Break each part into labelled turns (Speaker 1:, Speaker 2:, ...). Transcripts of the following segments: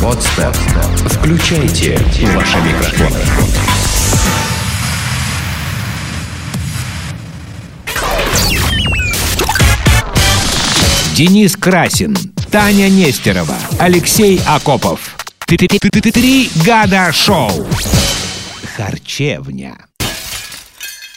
Speaker 1: Подстер. Включайте ваши микрофоны.
Speaker 2: Денис Красин, Таня Нестерова, Алексей Акопов. Три года шоу. Харчевня.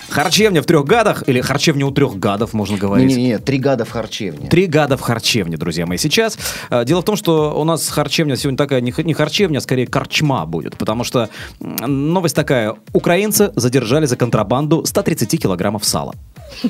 Speaker 3: Харчевня в трех гадах, или харчевня у трех гадов, можно говорить.
Speaker 4: Не-не-не, три гада в харчевне.
Speaker 3: Три гада в харчевне, друзья мои. Сейчас э, дело в том, что у нас харчевня сегодня такая не, х- не харчевня, а скорее корчма будет, потому что м, новость такая: украинцы задержали за контрабанду 130 килограммов сала.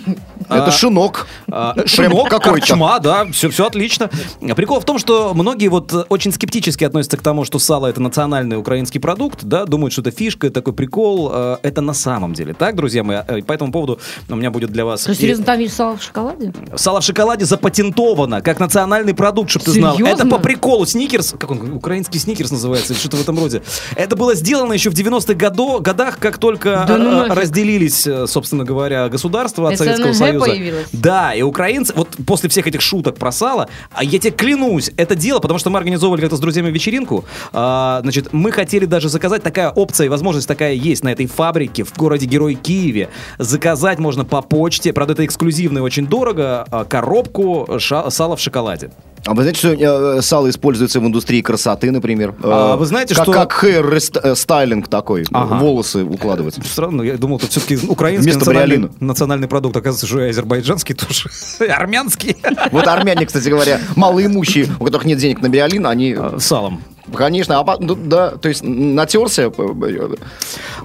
Speaker 4: Это шинок.
Speaker 3: А, Шинок,
Speaker 4: какой-то.
Speaker 3: корчма, да, все, все отлично. Прикол в том, что многие вот э, очень скептически относятся к тому, что сало это национальный украинский продукт, да, думают, что это фишка, это такой прикол. Э, Это на самом деле так, друзья мои. Э, По этому поводу у меня будет для вас...
Speaker 5: Что, серьезно, там есть сало в шоколаде?
Speaker 3: Сало в шоколаде запатентовано, как национальный продукт, чтобы ты знал.
Speaker 5: Серьезно?
Speaker 3: Это по приколу сникерс, как он, украинский сникерс называется, или что-то в этом роде. Это было сделано еще в 90-х годо- годах, как только
Speaker 5: Да ну
Speaker 3: э,
Speaker 5: нафиг.
Speaker 3: разделились, э, собственно говоря, государства от
Speaker 5: Это
Speaker 3: Советского
Speaker 5: СНГ
Speaker 3: Союза.
Speaker 5: появилось?
Speaker 3: Да, и украинцы, вот после всех этих шуток про сало, а я тебе клянусь, это дело, потому что мы организовывали как-то с друзьями вечеринку, а, значит, мы хотели даже заказать, такая опция и возможность такая есть на этой фабрике в городе Герой Киеве, заказать можно по почте, правда это эксклюзивно и очень дорого, а, коробку ша- сала в шоколаде.
Speaker 4: А вы знаете, что э, сало используется в индустрии красоты, например?
Speaker 3: А
Speaker 4: Э,
Speaker 3: вы знаете,
Speaker 4: как,
Speaker 3: что-
Speaker 4: Как hair rest- э, стайлинг такой,
Speaker 3: Ага.
Speaker 4: волосы укладывать.
Speaker 3: Странно, ну, я думал, тут все-таки украинский
Speaker 4: Вместо
Speaker 3: национальный,
Speaker 4: бриолина.
Speaker 3: национальный продукт, оказывается, что и азербайджанский тоже, и армянский,
Speaker 4: Вот армяне, кстати говоря, малоимущие, у которых нет денег на биолин, они,
Speaker 3: А, салом.
Speaker 4: конечно, а по- ну, да, то есть натерся, э, э,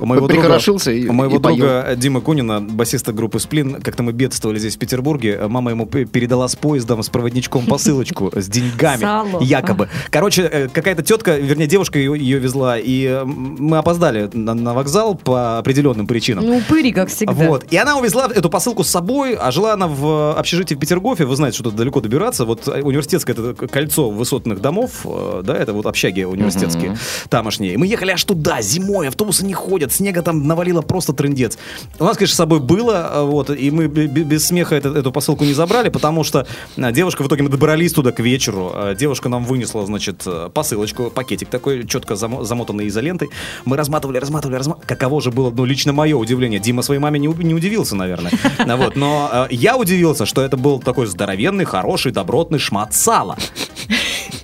Speaker 3: У моего
Speaker 4: Прихорошился
Speaker 3: друга,
Speaker 4: и-
Speaker 3: у моего
Speaker 4: и поел.
Speaker 3: друга Димы Кунина, басиста группы Сплин, как-то мы бедствовали здесь в Петербурге. Мама ему п- передала с поездом с проводничком посылочку с деньгами,
Speaker 5: Сало.
Speaker 3: якобы. Короче, э, какая-то тетка, вернее девушка ее, ее везла, и э, мы опоздали на, на вокзал по определенным причинам.
Speaker 5: Ну, упыри, как всегда.
Speaker 3: Вот. И она увезла эту посылку с собой, а жила она в э, общежитии в Петергофе. Вы знаете, что тут далеко добираться. Вот э, университетское это кольцо высотных домов, э, да, это вот общаги университетские тамошние. И мы ехали аж туда, зимой, автобусы не ходят, снега там навалило просто трындец. У нас, конечно, с собой было, э, вот, и мы б- б- без смеха это- эту посылку не забрали, потому что э, девушка, в итоге мы добрались туда к вечеру, э, девушка нам вынесла, значит, э, посылочку, пакетик такой, четко замо- замотанный изолентой. Мы разматывали, разматывали, разматывали. Каково же было, ну, лично мое удивление. Дима своей маме не, у- не удивился, наверное. А Вот, но э, я удивился, что это был такой здоровенный, хороший, добротный шмат сала.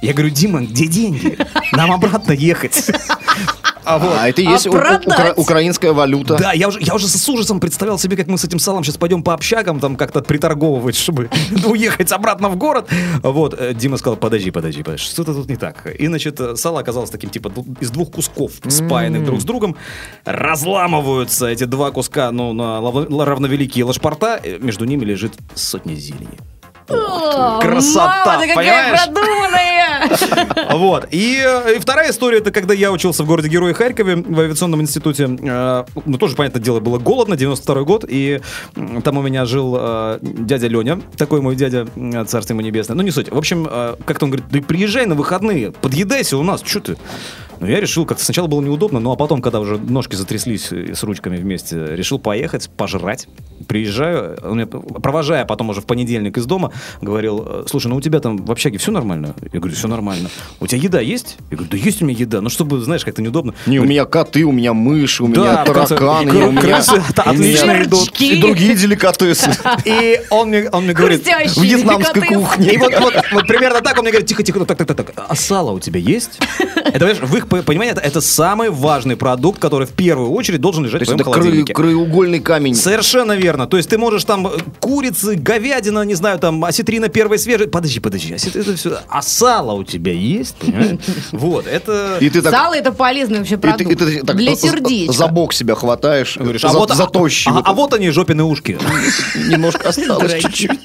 Speaker 3: Я говорю, Дима, где деньги? Нам обратно ехать. А вот.
Speaker 4: А это и есть у- у-
Speaker 5: продать?
Speaker 4: укра- украинская валюта.
Speaker 3: Да, я уже, я уже с ужасом представлял себе, как мы с этим салом сейчас пойдем по общагам, там как-то приторговывать, чтобы уехать обратно в город. Вот, э, Дима сказал, подожди, подожди, подожди, что-то тут не так. И, значит, э, сало оказалось таким, типа, ду- из двух кусков, спаянных друг с другом. Разламываются эти два куска, ну, на лав- ла- равновеликие лошпорта, э, между ними лежит сотни зелени.
Speaker 5: О,
Speaker 3: Красота,
Speaker 5: мама, ты какая
Speaker 3: понимаешь?
Speaker 5: продуманная!
Speaker 3: Вот. И, э, и вторая история, это когда я учился в городе Герои Харькове в авиационном институте. Э, Ну, тоже, понятное дело, было голодно, 92 год, и м, там у меня жил э, дядя Леня, такой мой дядя, м, царство ему небесное. Ну, не суть. В общем, э, как-то он говорит, да приезжай на выходные, подъедайся у нас, что ты? Ну, я решил, как-то сначала было неудобно, ну, а потом, когда уже ножки затряслись э, с ручками вместе, решил поехать, пожрать. Приезжаю, он меня, провожая потом уже в понедельник из дома, говорил, э, слушай, ну у тебя там в общаге все нормально? Я говорю, все нормально. У тебя еда есть? Я говорю, да есть у меня еда, ну, чтобы, знаешь, как-то неудобно.
Speaker 4: Не, у меня коты, у меня мыши, у меня
Speaker 3: Да, в конце-
Speaker 4: тараканы,
Speaker 3: кру-
Speaker 4: у меня-
Speaker 3: крысы
Speaker 4: у меня
Speaker 3: отлично идут.
Speaker 5: Черчки.
Speaker 4: И другие деликатесы.
Speaker 3: И он мне, он мне говорит,
Speaker 5: Хрустящие
Speaker 4: Вьетнамской
Speaker 5: деликатесы.
Speaker 4: кухни.
Speaker 3: И вот, вот, вот примерно так он мне говорит, тихо-тихо, ну, так, так, так, так, а сало у тебя есть? Это, понимаешь, в их по- понимании это, это самый важный продукт, который в первую очередь должен
Speaker 4: То
Speaker 3: лежать в
Speaker 4: есть
Speaker 3: твоем
Speaker 4: это кры-
Speaker 3: холодильнике.
Speaker 4: краеугольный камень.
Speaker 3: Совершенно верно. То есть ты можешь там э, курицы, говядина, не знаю, там осетрина первой свежей. Подожди, подожди, осет- это все. А сало у тебя есть, понимаешь? Вот, это...
Speaker 4: И ты так...
Speaker 5: Сало это полезный вообще
Speaker 4: и ты-
Speaker 5: продукт.
Speaker 4: и ты так
Speaker 5: Для
Speaker 4: за-
Speaker 5: сердечка.
Speaker 4: За бок себя хватаешь,
Speaker 3: Говоришь,
Speaker 4: за,
Speaker 3: а вот,
Speaker 4: за тощий
Speaker 3: а-
Speaker 4: вот
Speaker 3: а вот они, жопины ушки.
Speaker 4: Немножко осталось чуть-чуть.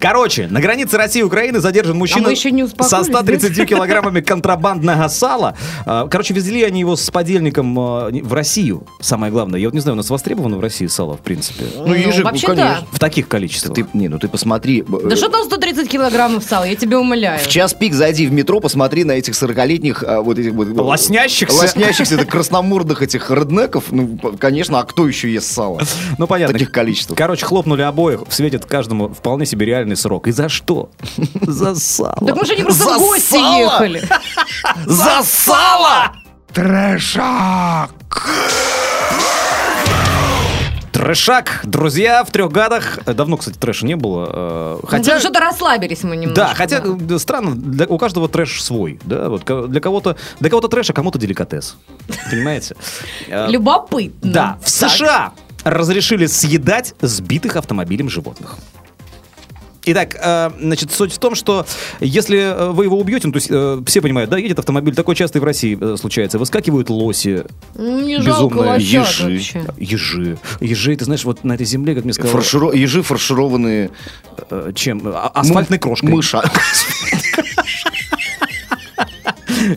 Speaker 3: Короче, на границе России и Украины задержан мужчина
Speaker 5: А мы еще не успокоились,
Speaker 3: со 130 килограммами контрабандного сала. А, Короче, везли они его с подельником а, в Россию, самое главное. Я вот не знаю, у нас востребовано в России сало, в принципе,
Speaker 4: Ну, ежик,
Speaker 5: вообще
Speaker 4: конечно.
Speaker 3: в таких количествах.
Speaker 4: Ты, не, ну ты посмотри.
Speaker 5: Да что там 130 килограммов сала, я тебя умоляю.
Speaker 4: В час пик зайди в метро, посмотри на этих 40-летних, а, вот этих вот...
Speaker 3: Лоснящихся.
Speaker 4: Лоснящихся, это красномордых этих роднеков. Ну, по- конечно, а кто еще ест сало?
Speaker 3: Ну, понятно.
Speaker 4: Таких количеств.
Speaker 3: Короче, хлопнули обоих, светит каждому вполне себе реальный срок. И за что?
Speaker 5: Так
Speaker 3: Засало.
Speaker 5: мы же не просто в
Speaker 4: Засало!
Speaker 5: гости ехали.
Speaker 4: Засала!
Speaker 2: Трэшак!
Speaker 3: Трэшак, друзья, в трех гадах. Э, Давно, кстати, трэша не было. э, Хотя...
Speaker 5: Ну, Что-то расслабились мы немножко.
Speaker 3: Да, хотя э, странно, для- у каждого трэш свой, да, вот ко- для кого-то, для кого-то трэш, а кому-то деликатес, понимаете? Э,
Speaker 5: Любопытно.
Speaker 3: Да, в США разрешили съедать сбитых автомобилем животных. Итак, э, значит, суть в том, что если э, вы его убьете, ну, то есть э, все понимают, да, едет автомобиль, такой часто и в России э, случается, выскакивают лоси,
Speaker 5: Ну, Не жалко
Speaker 3: Безумная
Speaker 5: лошадок
Speaker 4: ежи.
Speaker 5: вообще.
Speaker 3: ежи. Ежи, ты знаешь, вот на этой земле, как мне сказали,
Speaker 4: Фарширо- Ежи фаршированные
Speaker 3: э, чем? А- Асфальтной крошкой.
Speaker 4: мыша.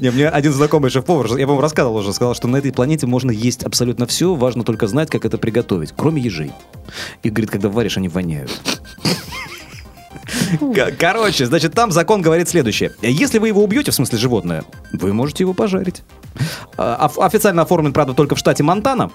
Speaker 3: Не, мне один знакомый шеф-повар, я вам рассказывал уже, сказал, что на этой планете можно есть абсолютно все, важно только знать, как это приготовить, кроме ежей. И говорит, когда варишь, они воняют. К- Короче, значит, там закон говорит следующее. Если вы его убьете, в смысле животное, вы можете его пожарить. А, оф- Официально оформлен, правда, только в штате Монтана.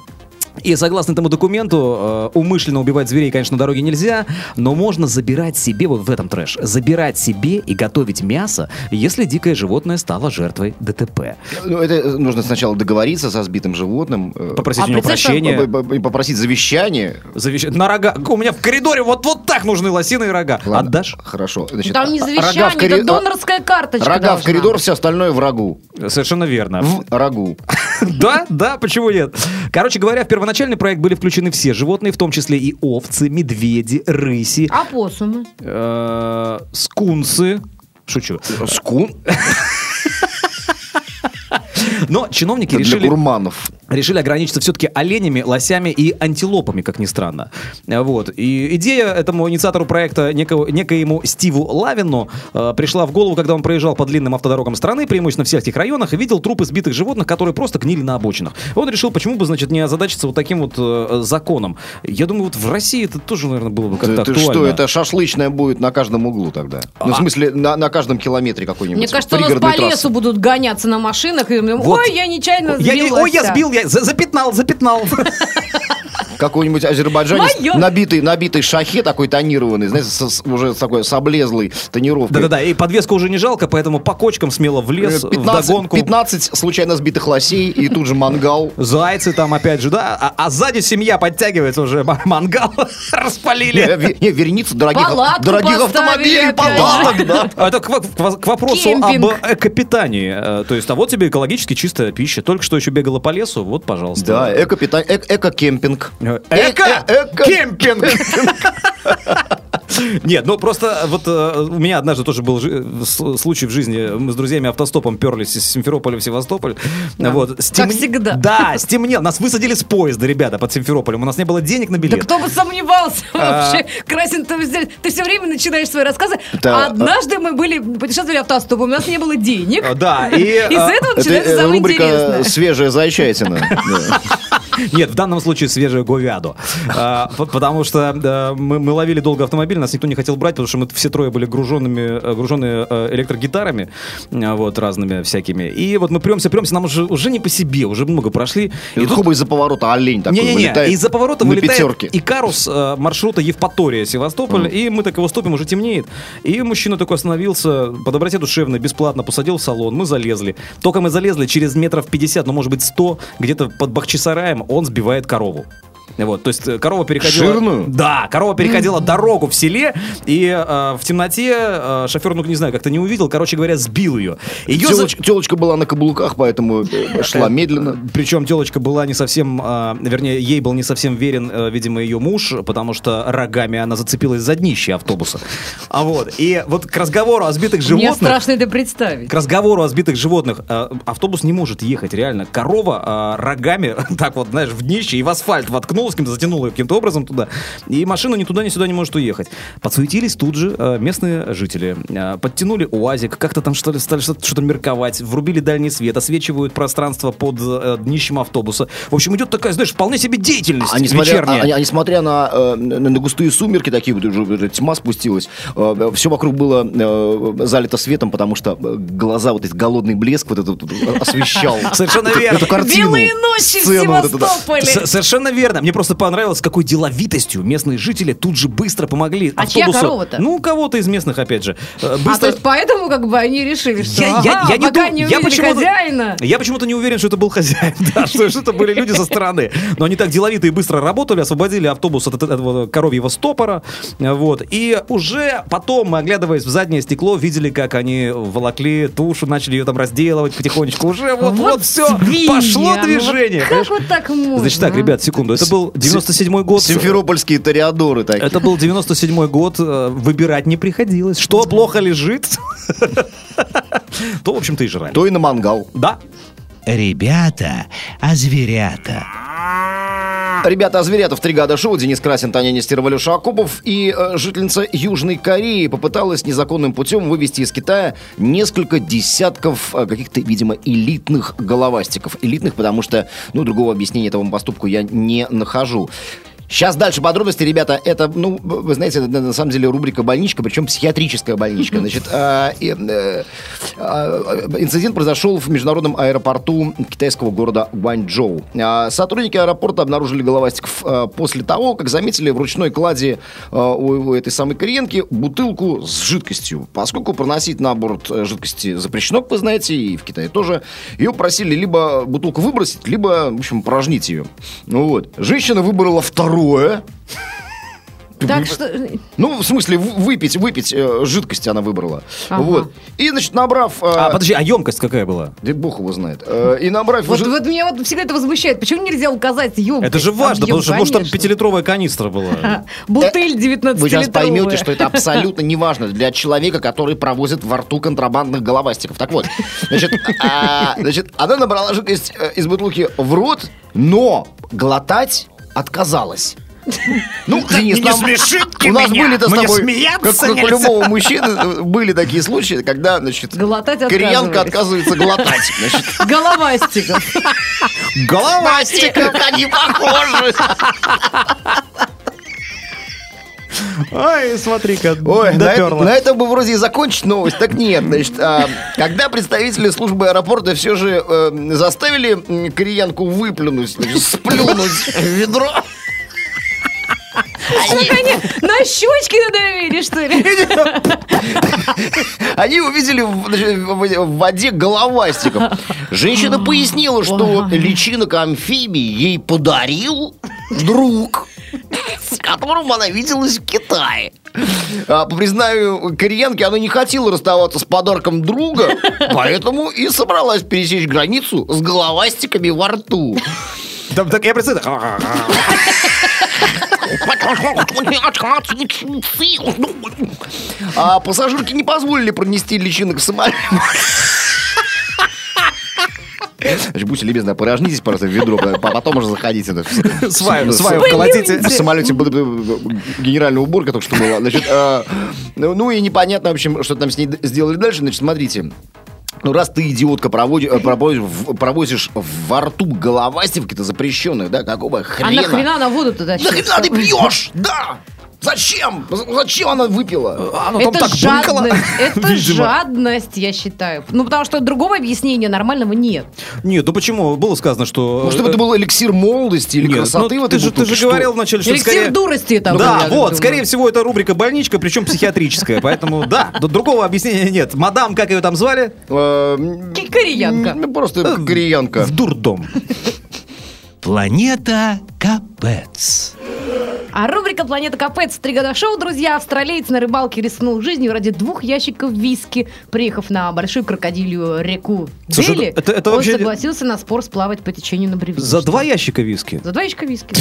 Speaker 3: И согласно этому документу, э, умышленно убивать зверей, конечно, на дороге нельзя, но можно забирать себе, вот в этом трэш, забирать себе и готовить мясо, если дикое животное стало жертвой ДТП.
Speaker 4: Ну, это нужно сначала договориться со сбитым животным. э,
Speaker 3: Попросить
Speaker 5: А
Speaker 3: у него
Speaker 5: представь,
Speaker 3: прощения.
Speaker 4: п- п- И попросить завещание.
Speaker 3: завещать- На рога. У меня в коридоре вот, вот так нужны лосиные рога.
Speaker 4: Ладно,
Speaker 3: Отдашь?
Speaker 4: Хорошо. Значит,
Speaker 5: Ну, Там не
Speaker 4: а-
Speaker 5: завещание,
Speaker 4: рога в кори-
Speaker 5: это донорская карточка
Speaker 4: Рога в
Speaker 5: должна.
Speaker 4: коридор, все остальное врагу.
Speaker 3: Совершенно верно.
Speaker 4: В рагу.
Speaker 3: Да, да, почему нет? Короче говоря, в первоначальный проект были включены все животные, в том числе и овцы, медведи, рыси,
Speaker 5: А Опоссумы.
Speaker 3: э, скунсы. Шучу.
Speaker 4: Скун?
Speaker 3: Но чиновники
Speaker 4: Это для
Speaker 3: решили...
Speaker 4: гурманов.
Speaker 3: решили ограничиться все-таки оленями, лосями и антилопами, как ни странно. Э, Вот. И идея этому инициатору проекта, некого, некоему Стиву Лавину, э, пришла в голову, когда он проезжал по длинным автодорогам страны, преимущественно в сельских районах, и видел трупы сбитых животных, которые просто гнили на обочинах. Он решил, почему бы, значит, не озадачиться вот таким вот э, законом. Я думаю, вот в России это тоже, наверное, было бы
Speaker 4: Ты,
Speaker 3: как-то
Speaker 4: ты
Speaker 3: актуально.
Speaker 4: что, это шашлычная будет на каждом углу тогда?
Speaker 3: А.
Speaker 4: Ну, в смысле, на, на каждом километре какой-нибудь.
Speaker 5: Мне кажется, у нас
Speaker 4: пригородной
Speaker 5: по
Speaker 4: трассы.
Speaker 5: лесу будут гоняться на машинах. И,
Speaker 3: Вот.
Speaker 5: Ой, я нечаянно
Speaker 3: Я не-
Speaker 5: сбил
Speaker 3: ой, я
Speaker 5: лося».
Speaker 3: сбил, я за- запятнал, запятнал.
Speaker 4: Какой-нибудь азербайджанец,
Speaker 5: Моё.
Speaker 4: набитый, набитый шахе такой тонированный, знаете, со- с- уже с такой с облезлой тонировкой.
Speaker 3: Да-да-да, и подвеску уже не жалко, поэтому по кочкам смело в лес, в
Speaker 4: 15,
Speaker 3: догонку.
Speaker 4: 15 случайно сбитых лосей и тут же мангал.
Speaker 3: Зайцы там, опять же, да? А, а сзади семья подтягивается уже, м- мангал распалили.
Speaker 4: Э, ве- Не, вереницу дорогих,
Speaker 5: Палатку
Speaker 4: дорогих
Speaker 5: поставили
Speaker 4: автомобилей,
Speaker 5: опять же.
Speaker 4: палаток, да.
Speaker 3: А Это к, во- к во- к вопросу
Speaker 5: Кемпинг.
Speaker 3: об экопитании. Э, То есть, а вот тебе экологически чистая пища. Только что еще бегала по лесу, вот, пожалуйста.
Speaker 4: Да, эко-питание, эко-кемпинг.
Speaker 3: Э,
Speaker 4: Э-
Speaker 3: эко-
Speaker 4: э- эко-
Speaker 3: Нет, ну просто вот э, у меня однажды тоже был жи- э, с- случай в жизни. Мы с друзьями автостопом перлись из Симферополя в Севастополь. Вот, стемне-
Speaker 5: всегда.
Speaker 3: Да, стемнело. Нас высадили с поезда, ребята, под Симферополем. У нас не было денег на
Speaker 5: Да
Speaker 3: билет.
Speaker 5: кто бы сомневался
Speaker 3: А.
Speaker 5: вообще. Красин, ты, взял- ты все время начинаешь свои рассказы.
Speaker 3: а-
Speaker 4: Да.
Speaker 5: Однажды мы были путешествовали автостопом, у нас не было денег.
Speaker 3: Э, Да, и...
Speaker 5: Из
Speaker 3: э,
Speaker 5: этого
Speaker 4: Это
Speaker 5: начинается
Speaker 4: э,
Speaker 5: самое
Speaker 4: рубрика
Speaker 5: интересное.
Speaker 4: «Свежая зайчатина». Да.
Speaker 3: Нет, в данном случае свежее говядо. А, по- Потому что э, мы мы ловили долго автомобиль, нас никто не хотел брать, потому что мы все трое были груженными, э, груженные э, электрогитарами, э, вот, разными всякими. И вот мы премся, премся, нам уже, уже не по себе, уже много прошли.
Speaker 4: И тут хоба из-за поворота олень такой
Speaker 3: Не-не-не,
Speaker 4: вылетает
Speaker 3: из-за поворота
Speaker 4: на
Speaker 3: вылетает
Speaker 4: пятерке.
Speaker 3: и карус э, маршрута Евпатория, Севастополь, и мы так его стопим, уже темнеет. И мужчина такой остановился, по доброте душевной, бесплатно посадил в салон, мы залезли. Только мы залезли через метров 50, ну, может быть, 100, где-то под Бахчисараем он сбивает корову. Вот, то есть э, корова переходила...
Speaker 4: Жирную?
Speaker 3: Да, корова переходила дорогу в селе, и э, в темноте э, шофер, ну, не знаю, как-то не увидел, короче говоря, сбил ее. Ее за-
Speaker 4: Телочка, телочка была на каблуках, поэтому э, шла медленно.
Speaker 3: Причем телочка была не совсем, а, вернее, ей был не совсем верен, э, видимо, ее муж, потому что рогами она зацепилась за днище автобуса. А вот, и вот к разговору о сбитых
Speaker 5: Мне
Speaker 3: животных...
Speaker 5: страшно это представить.
Speaker 3: К разговору о сбитых животных. э, Автобус не может ехать, реально. Корова э, рогами, так вот, знаешь, в днище и в асфальт воткнулась кем-то, затянула ее каким-то образом туда. И машина ни туда, ни сюда не может уехать. Подсуетились тут же э, местные жители. Э, Подтянули УАЗик, как-то там что ли стали что-то что-то мерковать, врубили дальний свет, освечивают пространство под э, днищем автобуса. В общем, идет такая, знаешь, вполне себе деятельность
Speaker 4: А несмотря,
Speaker 3: э, вечерняя.
Speaker 4: а- а- а несмотря на, э, на, на густые сумерки, такие вот уже уже тьма спустилась, все вокруг было э, залито светом, потому что э, глаза, вот этот голодный блеск, вот этот вот освещал
Speaker 3: Совершенно
Speaker 4: эту-
Speaker 3: верно.
Speaker 4: эту картину.
Speaker 5: Белые ночи в
Speaker 4: сцену вот эту, да.
Speaker 5: Севастополе. А,
Speaker 3: С- Совершенно верно. Мне Мне просто понравилось, с какой деловитостью местные жители тут же быстро помогли
Speaker 5: А чья корова-то?
Speaker 3: Ну, кого-то из местных, опять же. Э,
Speaker 5: А то есть поэтому как бы они решили, что
Speaker 3: Я- я-
Speaker 5: ага,
Speaker 3: я не
Speaker 5: пока
Speaker 3: дум-
Speaker 5: не
Speaker 3: я
Speaker 5: увидели
Speaker 3: почему-то-
Speaker 5: хозяина.
Speaker 3: Я почему-то не уверен, что это был хозяин, да, что что это были люди со стороны. Но они так деловито и быстро работали, освободили автобус от этого коровьего стопора, э, вот. И уже потом, мы, оглядываясь в заднее стекло, видели, как они волокли тушу, начали ее там разделывать потихонечку. Уже вот, вот все,
Speaker 5: свинья,
Speaker 3: пошло
Speaker 5: ну
Speaker 3: движение.
Speaker 5: вот
Speaker 3: понимаешь?
Speaker 5: Как вот так можно?
Speaker 3: Значит так,
Speaker 5: а?
Speaker 3: ребят, секунду, это был 97-й год.
Speaker 4: Симферопольские ториадоры такие.
Speaker 3: Это был 97-й год, э, выбирать не приходилось. Что плохо лежит, то, в общем-то, и жрали.
Speaker 4: То и на мангал.
Speaker 3: Да,
Speaker 6: Ребята, а зверята.
Speaker 4: Ребята, а зверята в три года шоу. Денис Красин, Таня Нестерова, Леша Акопов. И э, жительница Южной Кореи попыталась незаконным путем вывести из Китая несколько десятков э, каких-то, видимо, элитных головастиков. Элитных, потому что, ну, другого объяснения этому поступку я не нахожу. Сейчас дальше подробности, ребята. Это, ну, вы знаете, это на самом деле рубрика «Больничка», причем психиатрическая больничка. Значит, а, и, э, а, инцидент произошел в международном аэропорту китайского города Гуанчжоу. А, Сотрудники аэропорта обнаружили головастиков а, после того, как заметили в ручной кладе а, у у этой самой кореянки бутылку с жидкостью. Поскольку проносить на борт э, жидкости запрещено, как вы знаете, и в Китае тоже, ее просили либо бутылку выбросить, либо, в общем, порожнить ее. Ну вот. Женщина выбрала второе.
Speaker 5: Так что...
Speaker 4: Ну, в смысле, в- выпить, выпить э, жидкость она выбрала.
Speaker 5: Ага.
Speaker 4: Вот. И, значит, набрав... э,
Speaker 3: А, подожди, а емкость какая была?
Speaker 4: Да бог его знает. Э, и набрав...
Speaker 5: Вот,
Speaker 4: жид-
Speaker 5: вот меня вот всегда это возмущает. Почему нельзя указать емкость?
Speaker 3: Это же важно,
Speaker 5: объем,
Speaker 3: потому что, потому что там
Speaker 5: конечно.
Speaker 3: пятилитровая канистра была.
Speaker 5: Бутыль 19
Speaker 4: Вы сейчас поймете, что это абсолютно неважно для человека, который провозит во рту контрабандных головастиков. Так вот, значит, а, значит, она набрала жидкость э, из бутылки в рот, но глотать отказалась. Ну, Денис,
Speaker 2: не
Speaker 4: нам-
Speaker 2: смешите
Speaker 4: у нас
Speaker 2: меня.
Speaker 4: были-то с
Speaker 2: Мне
Speaker 4: тобой,
Speaker 2: смеяться
Speaker 4: как, как у
Speaker 2: нельзя.
Speaker 4: любого мужчины, э, были такие случаи, когда, значит,
Speaker 5: Глотать
Speaker 4: кореянка
Speaker 5: отказывались.
Speaker 4: отказывается глотать. Значит,
Speaker 5: Головастиков.
Speaker 4: головастиков они похожи.
Speaker 3: Ой, смотри-ка,
Speaker 4: Ой, на это, на этом бы вроде и закончить новость, так нет. Значит, а, когда представители службы аэропорта все же э, заставили м, кореянку выплюнуть, значит, сплюнуть в ведро,
Speaker 5: Как они на щечки надавили, что ли?
Speaker 4: они увидели в, значит, в- в воде головастиков. Женщина пояснила, что личинок амфибий ей подарил друг, с которым она виделась в Китае. А, по признанию кореянки, она не хотела расставаться с подарком друга, поэтому и собралась пересечь границу с головастиками во рту.
Speaker 3: Там так а, я представляю.
Speaker 4: А пассажирки не позволили пронести личинок в самолет. Значит, будьте любезны, порожнитесь просто в ведро, а потом уже заходите. да.
Speaker 3: Сваю,
Speaker 4: В-
Speaker 3: сваю
Speaker 4: в-
Speaker 3: колотите.
Speaker 4: В самолете была генеральная уборка только что была. Значит, э, ну ну и непонятно, в общем, что там с ней д- сделали дальше. Значит, смотрите. Ну, раз ты, идиотка, проводи- э, провозишь, в- провозишь во рту головастиков какие-то запрещенных, да, какого
Speaker 5: А
Speaker 4: хрена?
Speaker 5: нахрена она воду туда
Speaker 4: Да
Speaker 5: щелкнула?
Speaker 4: хрена ты пьешь, да! Зачем? З- Зачем она выпила?
Speaker 3: а, Оно там
Speaker 5: Это
Speaker 3: так булькало.
Speaker 5: жадность, это
Speaker 3: видимо.
Speaker 5: жадность, я считаю. Ну, потому что другого объяснения нормального нет.
Speaker 3: Нет, ну почему? Было сказано, что... э,
Speaker 4: Ну, чтобы это был эликсир молодости или
Speaker 3: Нет,
Speaker 4: красоты
Speaker 3: ну
Speaker 4: в
Speaker 3: ты
Speaker 4: этой
Speaker 3: же, ты
Speaker 4: бутылке,
Speaker 3: же
Speaker 4: что?
Speaker 3: говорил вначале, что
Speaker 5: Эликсир
Speaker 3: ну, скорее...
Speaker 5: дурости там.
Speaker 3: да, вот,
Speaker 5: я думаю.
Speaker 3: скорее всего, это рубрика «Больничка», причем психиатрическая, поэтому, да, тут другого объяснения нет. Мадам, как ее там звали?
Speaker 4: Э, м,
Speaker 5: К- кореянка.
Speaker 4: Ну,
Speaker 3: Э,
Speaker 4: просто кореянка.
Speaker 3: В дурдом.
Speaker 6: Планета Капец.
Speaker 5: А рубрика «Планета Капец. Три года шоу», друзья. Австралиец на рыбалке рискнул жизнью ради двух ящиков виски, приехав на большую крокодилью реку
Speaker 3: Слушай,
Speaker 5: Дели.
Speaker 3: это- это
Speaker 5: он
Speaker 3: вообще-
Speaker 5: согласился на спор сплавать по течению на бревне.
Speaker 3: За
Speaker 5: Что?
Speaker 3: два ящика виски.
Speaker 5: За два ящика виски.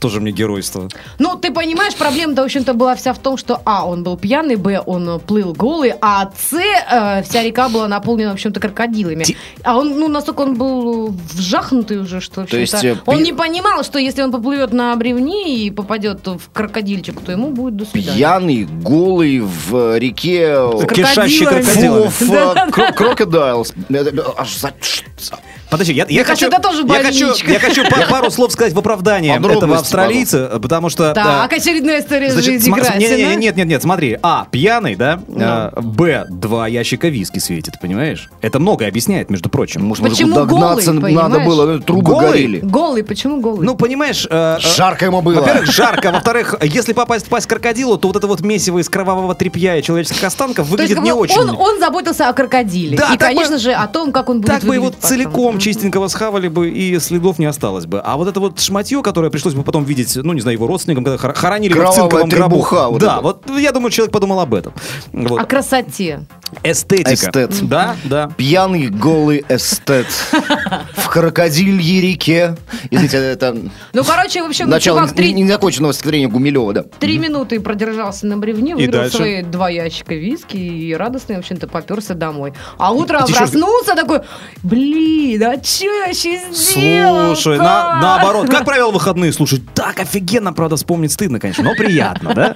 Speaker 3: Тоже мне геройство.
Speaker 5: Ну, ты понимаешь, проблема-то, в общем-то, была вся в том, что, а, он был пьяный, б, он э, плыл голый, а, с, э, вся река была наполнена, в общем-то, крокодилами. А он, ну, настолько он был э, вжахнутый уже, что, в
Speaker 4: То есть,
Speaker 5: общем-то,
Speaker 4: э,
Speaker 5: он
Speaker 4: пи-
Speaker 5: не понимал, что если он поплывет на бревне и попадет в крокодильчик, то ему будет до свидания.
Speaker 4: Пьяный, голый в э, реке...
Speaker 5: Крокодилами.
Speaker 3: Кишащий крокодил.
Speaker 4: Full of, э, кро- crocodiles. Э, э, Аж за- ш- за-
Speaker 3: Подожди, я, я
Speaker 5: Мне кажется,
Speaker 3: хочу,
Speaker 5: это тоже
Speaker 3: я хочу,
Speaker 5: больничка.
Speaker 3: я хочу па- пару слов сказать в оправдание
Speaker 4: Подробности,
Speaker 3: этого австралийца, потому что...
Speaker 5: Так, а
Speaker 3: э,
Speaker 5: очередная история
Speaker 3: Значит,
Speaker 5: жизни
Speaker 3: см- см- не- не- не-
Speaker 5: Грасина.
Speaker 3: нет, нет, нет, смотри. А, пьяный, да?
Speaker 5: Ну.
Speaker 3: А, Б, два ящика виски светит, понимаешь? Это многое объясняет, между прочим.
Speaker 4: Может, мужику
Speaker 5: Почему
Speaker 4: догнаться
Speaker 5: голый,
Speaker 4: надо
Speaker 5: понимаешь?
Speaker 4: было, Ну, трубы
Speaker 3: Голый?
Speaker 4: горели.
Speaker 5: Голый, почему голый?
Speaker 3: Ну, понимаешь... э, э,
Speaker 4: Жарко ему было.
Speaker 3: Во-первых, жарко. Во-вторых, если попасть в пасть крокодилу, то вот это вот месиво из кровавого тряпья и человеческих останков
Speaker 5: То есть,
Speaker 3: выглядит
Speaker 5: как
Speaker 3: не
Speaker 5: бы
Speaker 3: очень.
Speaker 5: он, он заботился о крокодиле.
Speaker 3: Да,
Speaker 5: и,
Speaker 3: так бы-
Speaker 5: конечно же, о том, как он будет
Speaker 3: Так бы его
Speaker 5: выглядеть потом.
Speaker 3: целиком чистенького схавали бы, и следов не осталось бы. А вот это вот шматье, которое пришлось бы потом видеть, ну, не знаю, его родственникам, когда хор- хоронили его в
Speaker 4: Кровавая
Speaker 3: цинковом гробу.
Speaker 4: требуха вот
Speaker 3: да,
Speaker 4: эта.
Speaker 3: вот я думаю, человек подумал об этом. Вот.
Speaker 5: О красоте.
Speaker 3: Эстетика.
Speaker 4: Эстет.
Speaker 3: Да, да.
Speaker 4: Пьяный голый эстет в крокодилье реке. Извините, это
Speaker 5: Ну, короче, в общем,
Speaker 4: начало
Speaker 5: чувак три,
Speaker 4: не- незаконченного стихотворения Гумилева, да.
Speaker 5: три минуты продержался на бревне, выиграл
Speaker 3: дальше?
Speaker 5: свои два ящика виски и радостный, в общем-то, поперся домой. А утром
Speaker 3: Ты чё-
Speaker 5: проснулся такой, блин, а что я сейчас сделал
Speaker 3: Слушай, на- наоборот, как провел выходные? Слушай, так офигенно, правда, вспомнить стыдно, конечно, но приятно, да?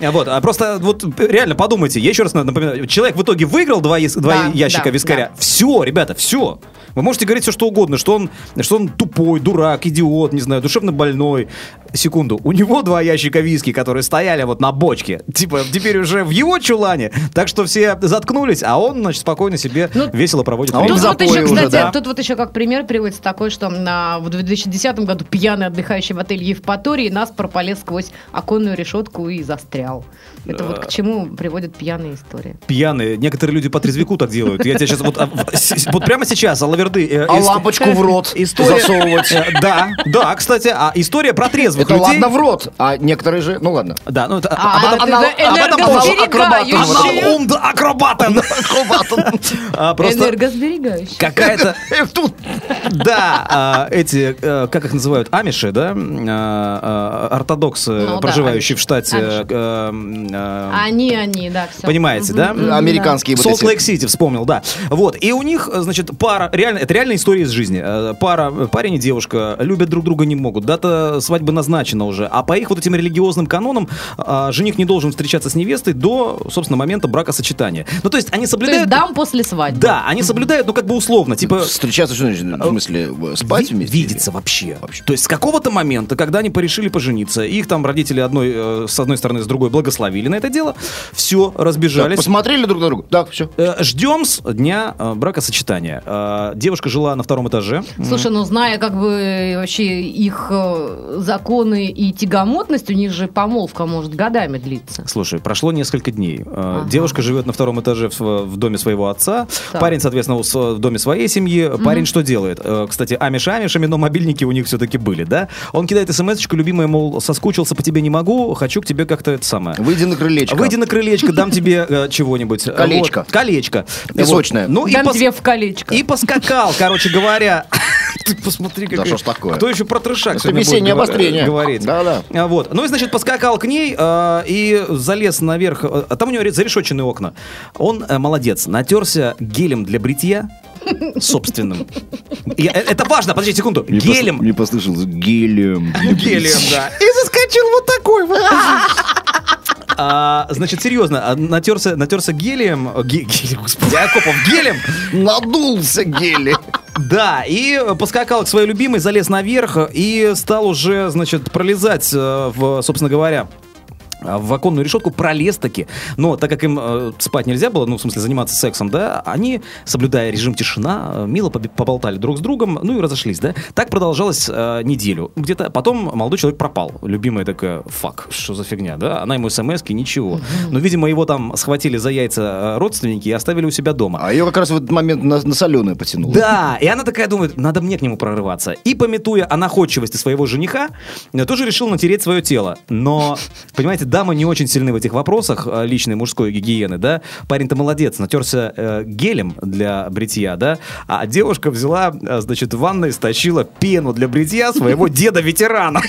Speaker 3: А Вот, а просто вот реально подумайте, я еще раз напоминаю, человек в итоге выиграл два, яс- два
Speaker 5: Да,
Speaker 3: ящика
Speaker 5: да,
Speaker 3: вискаря. Все, ребята, все. Вы можете говорить все, что угодно, что он, что он тупой, дурак, идиот, не знаю, душевно больной. Секунду, у него два ящика виски, которые стояли вот на бочке, типа теперь уже в его чулане, так что все заткнулись, а он, значит, спокойно себе
Speaker 5: Ну,
Speaker 3: весело проводит
Speaker 4: а он
Speaker 3: время.
Speaker 5: Тут вот
Speaker 4: запое
Speaker 5: еще,
Speaker 4: уже,
Speaker 5: кстати,
Speaker 4: да.
Speaker 5: тут вот еще как пример приводится такой, что на, в 2010 году пьяный отдыхающий в отеле Евпатории нас пролез сквозь оконную решетку и застрял. Это вот к чему приводят пьяные истории.
Speaker 3: пьяные. Некоторые люди по трезвику так делают. Я тебя сейчас вот, а, в- с- вот прямо сейчас, алаверды. э,
Speaker 4: А
Speaker 3: ис-
Speaker 4: лампочку в рот засовывать.
Speaker 3: э, Да, да, кстати, а история про трезвых
Speaker 4: Это
Speaker 3: людей.
Speaker 4: ладно в рот, а некоторые же... Ну ладно.
Speaker 3: Да, ну это
Speaker 5: А,
Speaker 3: об этом-
Speaker 5: это
Speaker 3: об этом
Speaker 4: анал-
Speaker 5: энергосберегающий.
Speaker 4: акробатом.
Speaker 3: анал- ум да акробатом. А, Просто
Speaker 5: Энергосберегающий.
Speaker 3: какая-то...
Speaker 4: Э, Тут
Speaker 3: Да, а, эти, э, как их называют, амиши, да? А, а, Ортодоксы,
Speaker 5: Ну да,
Speaker 3: проживающие в
Speaker 5: амиши.
Speaker 3: штате...
Speaker 5: Амиши.
Speaker 3: э, м, э,
Speaker 5: Они, они, да, все.
Speaker 3: Понимаете, да?
Speaker 4: американские вот эти.
Speaker 3: Солт-Лейк-Сити вспомнил, да. Вот, и у них, э, значит, пара, реально, это реальная история из жизни. Э, Пара, э, парень и девушка, любят друг друга не могут, дата свадьбы назначена уже, а по их вот этим религиозным канонам э, жених не должен встречаться с невестой до, собственно, момента бракосочетания. Ну, то есть они
Speaker 5: То есть
Speaker 3: соблюдают...
Speaker 5: дам после свадьбы.
Speaker 3: Да, они соблюдают, ну, как бы условно, типа...
Speaker 4: встречаться, что значит, в смысле, э, спать
Speaker 3: Ви-
Speaker 4: вместе?
Speaker 3: Видеться вообще. То есть с какого-то момента, когда они порешили пожениться, их там родители одной, э, с одной стороны, с другой благословили на это дело, все,
Speaker 4: Так,
Speaker 3: разбежались.
Speaker 4: Посмотрели друг на друга? Так, все.
Speaker 3: Э, Ждем с дня э, бракосочетания. Э, Девушка жила на втором этаже.
Speaker 5: Слушай, ну зная как бы вообще их э, законы и тягомотность, у них же помолвка может годами длиться.
Speaker 3: Слушай, прошло несколько дней. Э,
Speaker 5: Ага.
Speaker 3: Девушка живет на втором этаже в, сво- в доме своего отца.
Speaker 5: Так.
Speaker 3: Парень, соответственно, у с- в доме своей семьи. Парень что делает? Э, Кстати, амиш амишами, но мобильники у них все-таки были, да? Он кидает смс-очку, любимая, мол, соскучился по тебе не могу, хочу к тебе как-то это самое.
Speaker 4: Выйди на крылечко.
Speaker 3: Выйди на крылечко, дам тебе э, чего-нибудь.
Speaker 4: Колечко.
Speaker 3: Вот, Колечко.
Speaker 4: Песочное.
Speaker 3: Вот. Ну, и
Speaker 5: Дам
Speaker 3: пос-
Speaker 5: тебе в колечко.
Speaker 3: И поскакал, короче говоря. Ты посмотри, как...
Speaker 4: Да что ж такое?
Speaker 3: Кто еще про трешак
Speaker 4: Это
Speaker 3: сегодня будет
Speaker 4: весеннее
Speaker 3: гова-
Speaker 4: обострение.
Speaker 3: говорить?
Speaker 4: Да-да.
Speaker 3: А, Вот. Ну и, значит, поскакал к ней э, и залез наверх. Э, А там у него ре- зарешоченные окна. Он э, молодец. Натерся гелем для бритья собственным. Я- э, Это важно, подожди секунду. Гелем.
Speaker 4: Мне послышалось гелем.
Speaker 3: Гелием, да. И заскочил вот такой вот. А, значит, серьезно, а, натерся, натерся гелием, э, ге- ге- господи, Акопов, гелем,
Speaker 4: Надулся гели.
Speaker 3: да, и э, поскакал к своей любимой, залез наверх э, и стал уже, значит, пролезать э, в, собственно говоря, э, в оконную решетку пролез таки. Но так как им э, спать нельзя было, ну, в смысле, заниматься сексом, да, они, соблюдая режим тишина, э, мило побе- поболтали друг с другом, ну и разошлись, да. Так продолжалось э, неделю. Где-то потом молодой человек пропал. Любимая такая, фак, что за фигня, да? Она ему смс ничего. Но, видимо, его там схватили за яйца э, родственники и оставили у себя дома.
Speaker 4: А ее как раз в этот момент на, на соленую потянуло.
Speaker 3: Да, и она такая думает, надо мне к нему прорываться. И, пометуя о находчивости своего жениха, э, тоже решил натереть свое тело. Но, понимаете, дамы не очень сильны в этих вопросах э, личной мужской гигиены, да? Парень-то молодец, натерся э, гелем для бритья, да? А девушка взяла, э, значит, в ванной стащила пену для бритья своего деда-ветерана.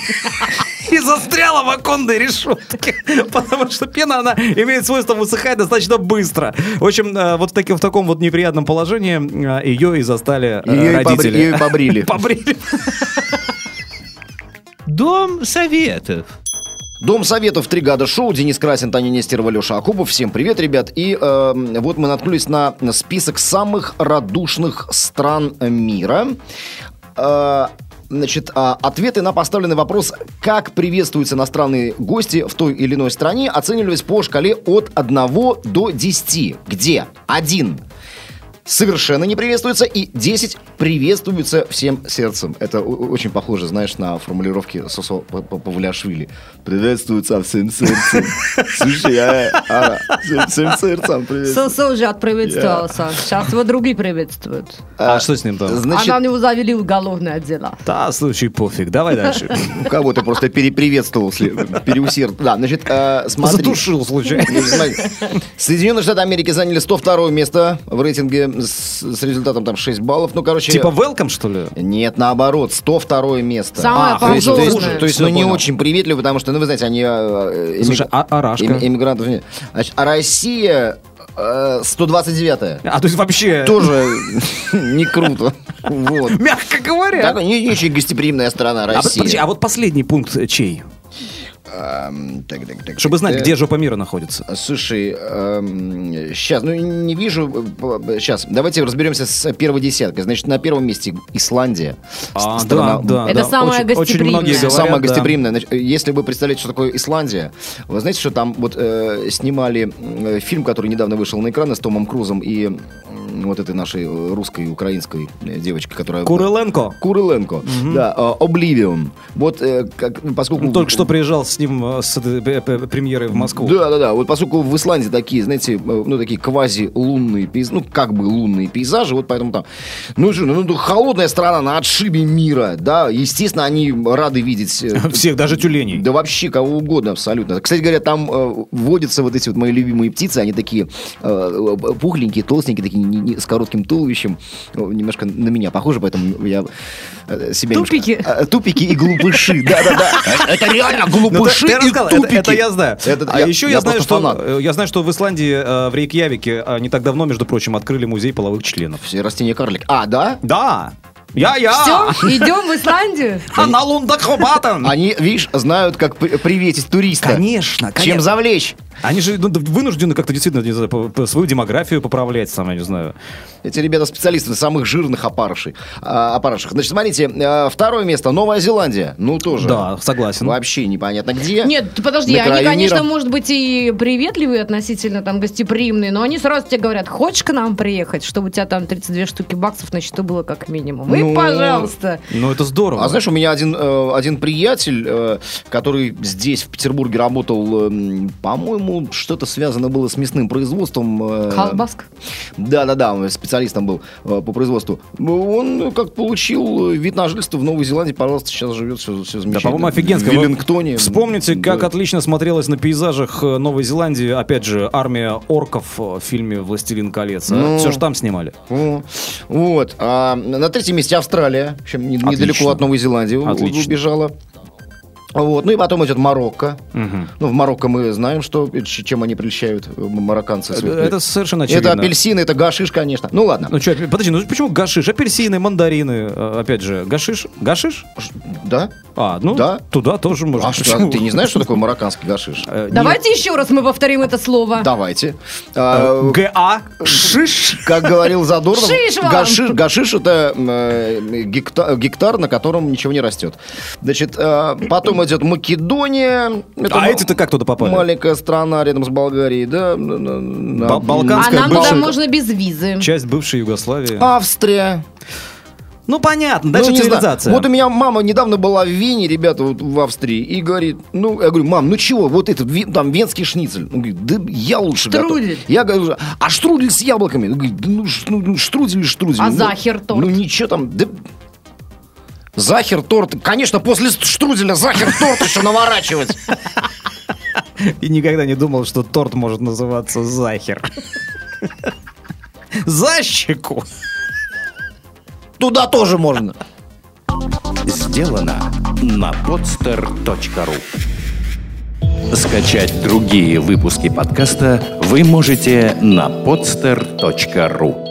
Speaker 3: И застряла в оконной решетке. Потому что пена, она имеет свойство высыхать достаточно быстро. В общем, э, вот в, таки- в таком вот неприятном положении э, ее и застали э,
Speaker 4: Ее и побри-
Speaker 3: родители.
Speaker 4: ее и побрили.
Speaker 3: Побрили.
Speaker 6: Дом советов.
Speaker 4: Дом Советов «Три года шоу». Денис Красин, Таня Нестерова, Леша Акубов. Всем привет, ребят. И э, вот мы наткнулись на список самых радушных стран мира. Э, Значит, а, ответы на поставленный вопрос, как приветствуются иностранные гости в той или иной стране, оценивались по шкале от 1 до 10. Где? 1 совершенно не приветствуются, и 10 приветствуются всем сердцем. Это о- очень похоже, знаешь, на формулировки Сосо П- П- Павлиашвили. Приветствуются всем сердцем. Слушай, а, а, всем- всем сердцем привет.
Speaker 5: Сосо Э, уже отприветствовался. Сейчас его другие приветствуют.
Speaker 3: А что с ним там?
Speaker 5: Она у
Speaker 4: Значит,
Speaker 5: него завели уголовное дело.
Speaker 3: Да, случай пофиг, давай дальше.
Speaker 4: у кого ты просто переприветствовал, сли- переусерд. Да, значит, э, смотри.
Speaker 3: Затушил случай.
Speaker 4: Ну, смотри. Соединенные Штаты Америки заняли 102 место в рейтинге с, с результатом там 6 баллов. Ну, короче...
Speaker 3: Типа welcome, что ли?
Speaker 4: Нет, наоборот, 102 место.
Speaker 5: Самое
Speaker 3: А, то есть-
Speaker 4: То есть,
Speaker 5: позорное.
Speaker 3: Тоже.
Speaker 4: то есть, ну,
Speaker 3: Я
Speaker 4: не
Speaker 3: понял.
Speaker 4: очень приветливо, потому что, ну, вы знаете, они... э, э, эмиг-
Speaker 3: Слушай, а Арашка?
Speaker 4: эми- Эмигрантов нет. Значит, а Россия э, 129-я.
Speaker 3: А то есть вообще...
Speaker 4: Тоже не круто. Вот.
Speaker 3: Мягко говоря.
Speaker 4: Так, не, не очень гостеприимная страна
Speaker 3: А, вот, подожди,
Speaker 4: Россия.
Speaker 3: а вот последний пункт э, чей?
Speaker 4: Эм, так, так, так,
Speaker 3: Чтобы знать,
Speaker 4: э,
Speaker 3: где жопа мира находится.
Speaker 4: Слушай, сейчас, ну не вижу, сейчас, давайте разберемся с первой десяткой. Значит, на первом месте Исландия.
Speaker 3: А,
Speaker 4: С- страна-
Speaker 3: да, да,
Speaker 5: Это
Speaker 3: да.
Speaker 5: самое
Speaker 3: Очень- Очень многие
Speaker 5: гостеприимное.
Speaker 3: говорят,
Speaker 4: Самое
Speaker 3: да.
Speaker 4: гостеприимное. Значит, э, Если вы представляете, что такое Исландия, вы знаете, что там вот э, снимали э, фильм, который недавно вышел на экраны с Томом Крузом и м, вот этой нашей э, русской и украинской э, девочкой, которая...
Speaker 3: Куриленко.
Speaker 4: Куриленко. Да, э, Oblivion. Вот э, как, ну, поскольку...
Speaker 3: Только что приезжал с ним э, с этой, э, э, премьеры в Москву.
Speaker 4: Да, да, да. Вот поскольку в Исландии такие, знаете, э, ну такие квази-лунные пейзажи, ну как бы лунные пейзажи, вот поэтому там, ну что, ну ну, холодная страна на отшибе мира, да, естественно, они рады видеть э,
Speaker 3: Всех, даже тюленей.
Speaker 4: Да вообще кого угодно абсолютно. Кстати говоря, там э, водятся вот эти вот мои любимые птицы, они такие э, пухленькие, толстенькие, такие не- не- с коротким туловищем, Э, немножко на меня похоже, поэтому я э, себя немножко-
Speaker 5: Тупики.
Speaker 4: Э, тупики и глупыши, да-да-да. Э, Это реально
Speaker 3: Ну,
Speaker 4: глупыши
Speaker 3: ты- ты
Speaker 4: и
Speaker 3: рассказал, это,
Speaker 4: тупики.
Speaker 3: это я знаю.
Speaker 4: Это
Speaker 3: а еще я, знаю,
Speaker 4: просто
Speaker 3: что
Speaker 4: фанат.
Speaker 3: э, я знаю, что в Исландии э, в Рейкьявике э, не так давно, между прочим, открыли музей половых членов.
Speaker 4: Все растения карлик. А, да?
Speaker 3: Да, я
Speaker 5: Все,
Speaker 4: А!
Speaker 3: я.
Speaker 5: идем в Исландию.
Speaker 3: Она лундакхобатан.
Speaker 4: Они, видишь, знают, как при- приветить туриста.
Speaker 3: Конечно,
Speaker 4: Чем
Speaker 3: конечно.
Speaker 4: завлечь?
Speaker 3: Они же ну, д- вынуждены как-то действительно не знаю, по- по- свою демографию поправлять, сам я не знаю.
Speaker 4: Эти ребята специалисты на самых жирных опарышей. а, опарышах. Значит, смотрите, э, второе место Новая Зеландия. Ну тоже.
Speaker 3: Да, согласен.
Speaker 4: Вообще непонятно где.
Speaker 5: Нет, ты подожди,
Speaker 4: На
Speaker 5: они,
Speaker 4: краю
Speaker 5: конечно,
Speaker 4: мира.
Speaker 5: может быть и приветливые относительно, там, гостеприимные, но они сразу тебе говорят, хочешь к нам приехать, чтобы у тебя там 32 штуки баксов на счету было как минимум. И,
Speaker 4: Ну,
Speaker 5: пожалуйста.
Speaker 3: Ну, это здорово.
Speaker 4: А знаешь, у меня один, э, один приятель, э, который здесь, в Петербурге, работал, э, м, по-моему, что-то связано было с мясным производством. э,
Speaker 5: Колбаск.
Speaker 4: Да-да-да, он специалистом был э, по производству. Ну, Он э, как получил э, вид на жительство в Новой Зеландии, пожалуйста, сейчас живет, все, замечательно.
Speaker 3: Да, А, по-моему, офигенская.
Speaker 4: В Веллингтоне.
Speaker 3: Вспомните, как
Speaker 4: Да.
Speaker 3: отлично смотрелось на пейзажах э, Новой Зеландии, опять же, армия орков э, в фильме «Властелин колец».
Speaker 4: Ну.
Speaker 3: Все же там снимали.
Speaker 4: О, Вот. А на третьем месте Австралия, в общем, не- недалеко
Speaker 3: Отлично.
Speaker 4: от Новой Зеландии у-
Speaker 3: Отлично.
Speaker 4: убежала. Вот. Ну и потом идет Марокко. Ну, в Марокко мы знаем, что, ч- чем они прельщают э, марокканцы.
Speaker 3: Это,
Speaker 4: своих.
Speaker 3: это совершенно очевидно.
Speaker 4: это апельсины, это гашиш, конечно. Ну ладно.
Speaker 3: Ну чё, опе- подожди, ну почему гашиш? Апельсины, мандарины, э, опять же, гашиш? Гашиш?
Speaker 4: Ш- Да?
Speaker 3: А, ну,
Speaker 4: Да.
Speaker 3: туда тоже можно.
Speaker 4: А что, ты не знаешь, что такое марокканский гашиш?
Speaker 3: Э, не-
Speaker 5: Давайте еще раз мы повторим это слово.
Speaker 4: Давайте.
Speaker 3: э,
Speaker 4: А,
Speaker 3: ГА? Шиш?
Speaker 4: Как говорил Задорнов,
Speaker 5: Шиш вам!
Speaker 4: гашиш, гашиш это э, гекта- гектар, на котором ничего не растет. Значит, э, потом идет Македония. Это
Speaker 3: А
Speaker 4: ма-
Speaker 3: эти-то как туда попали?
Speaker 4: Маленькая страна рядом с Болгарией, да? на- на- на-
Speaker 3: Ба-
Speaker 5: А
Speaker 3: Балканская
Speaker 5: нам
Speaker 3: бывшая-
Speaker 5: туда можно без визы.
Speaker 3: Часть бывшей Югославии.
Speaker 4: Австрия.
Speaker 3: Ну понятно, дальше
Speaker 4: А. Ну, не знаю.
Speaker 3: цивилизация.
Speaker 4: Вот у меня мама недавно была в Вене, ребята, вот в Австрии, и говорит, ну, я говорю, мам, ну чего, вот этот, ви- там, венский шницель. Он говорит, да я лучше
Speaker 5: Штрудель.
Speaker 4: готов». Я говорю, а штрудель с яблоками? Он говорит, «Да ну, ш- ну, штрудель и штрудель.
Speaker 5: А
Speaker 4: Ну,
Speaker 5: захер торт?
Speaker 4: Ну, ничего там, да... Захер торт, конечно, после штруделя захер торт еще наворачивать.
Speaker 3: И никогда не думал, что торт может называться захер. За щеку.
Speaker 4: Туда тоже можно.
Speaker 1: Сделано на podster.ru Скачать другие выпуски подкаста вы можете на podster.ru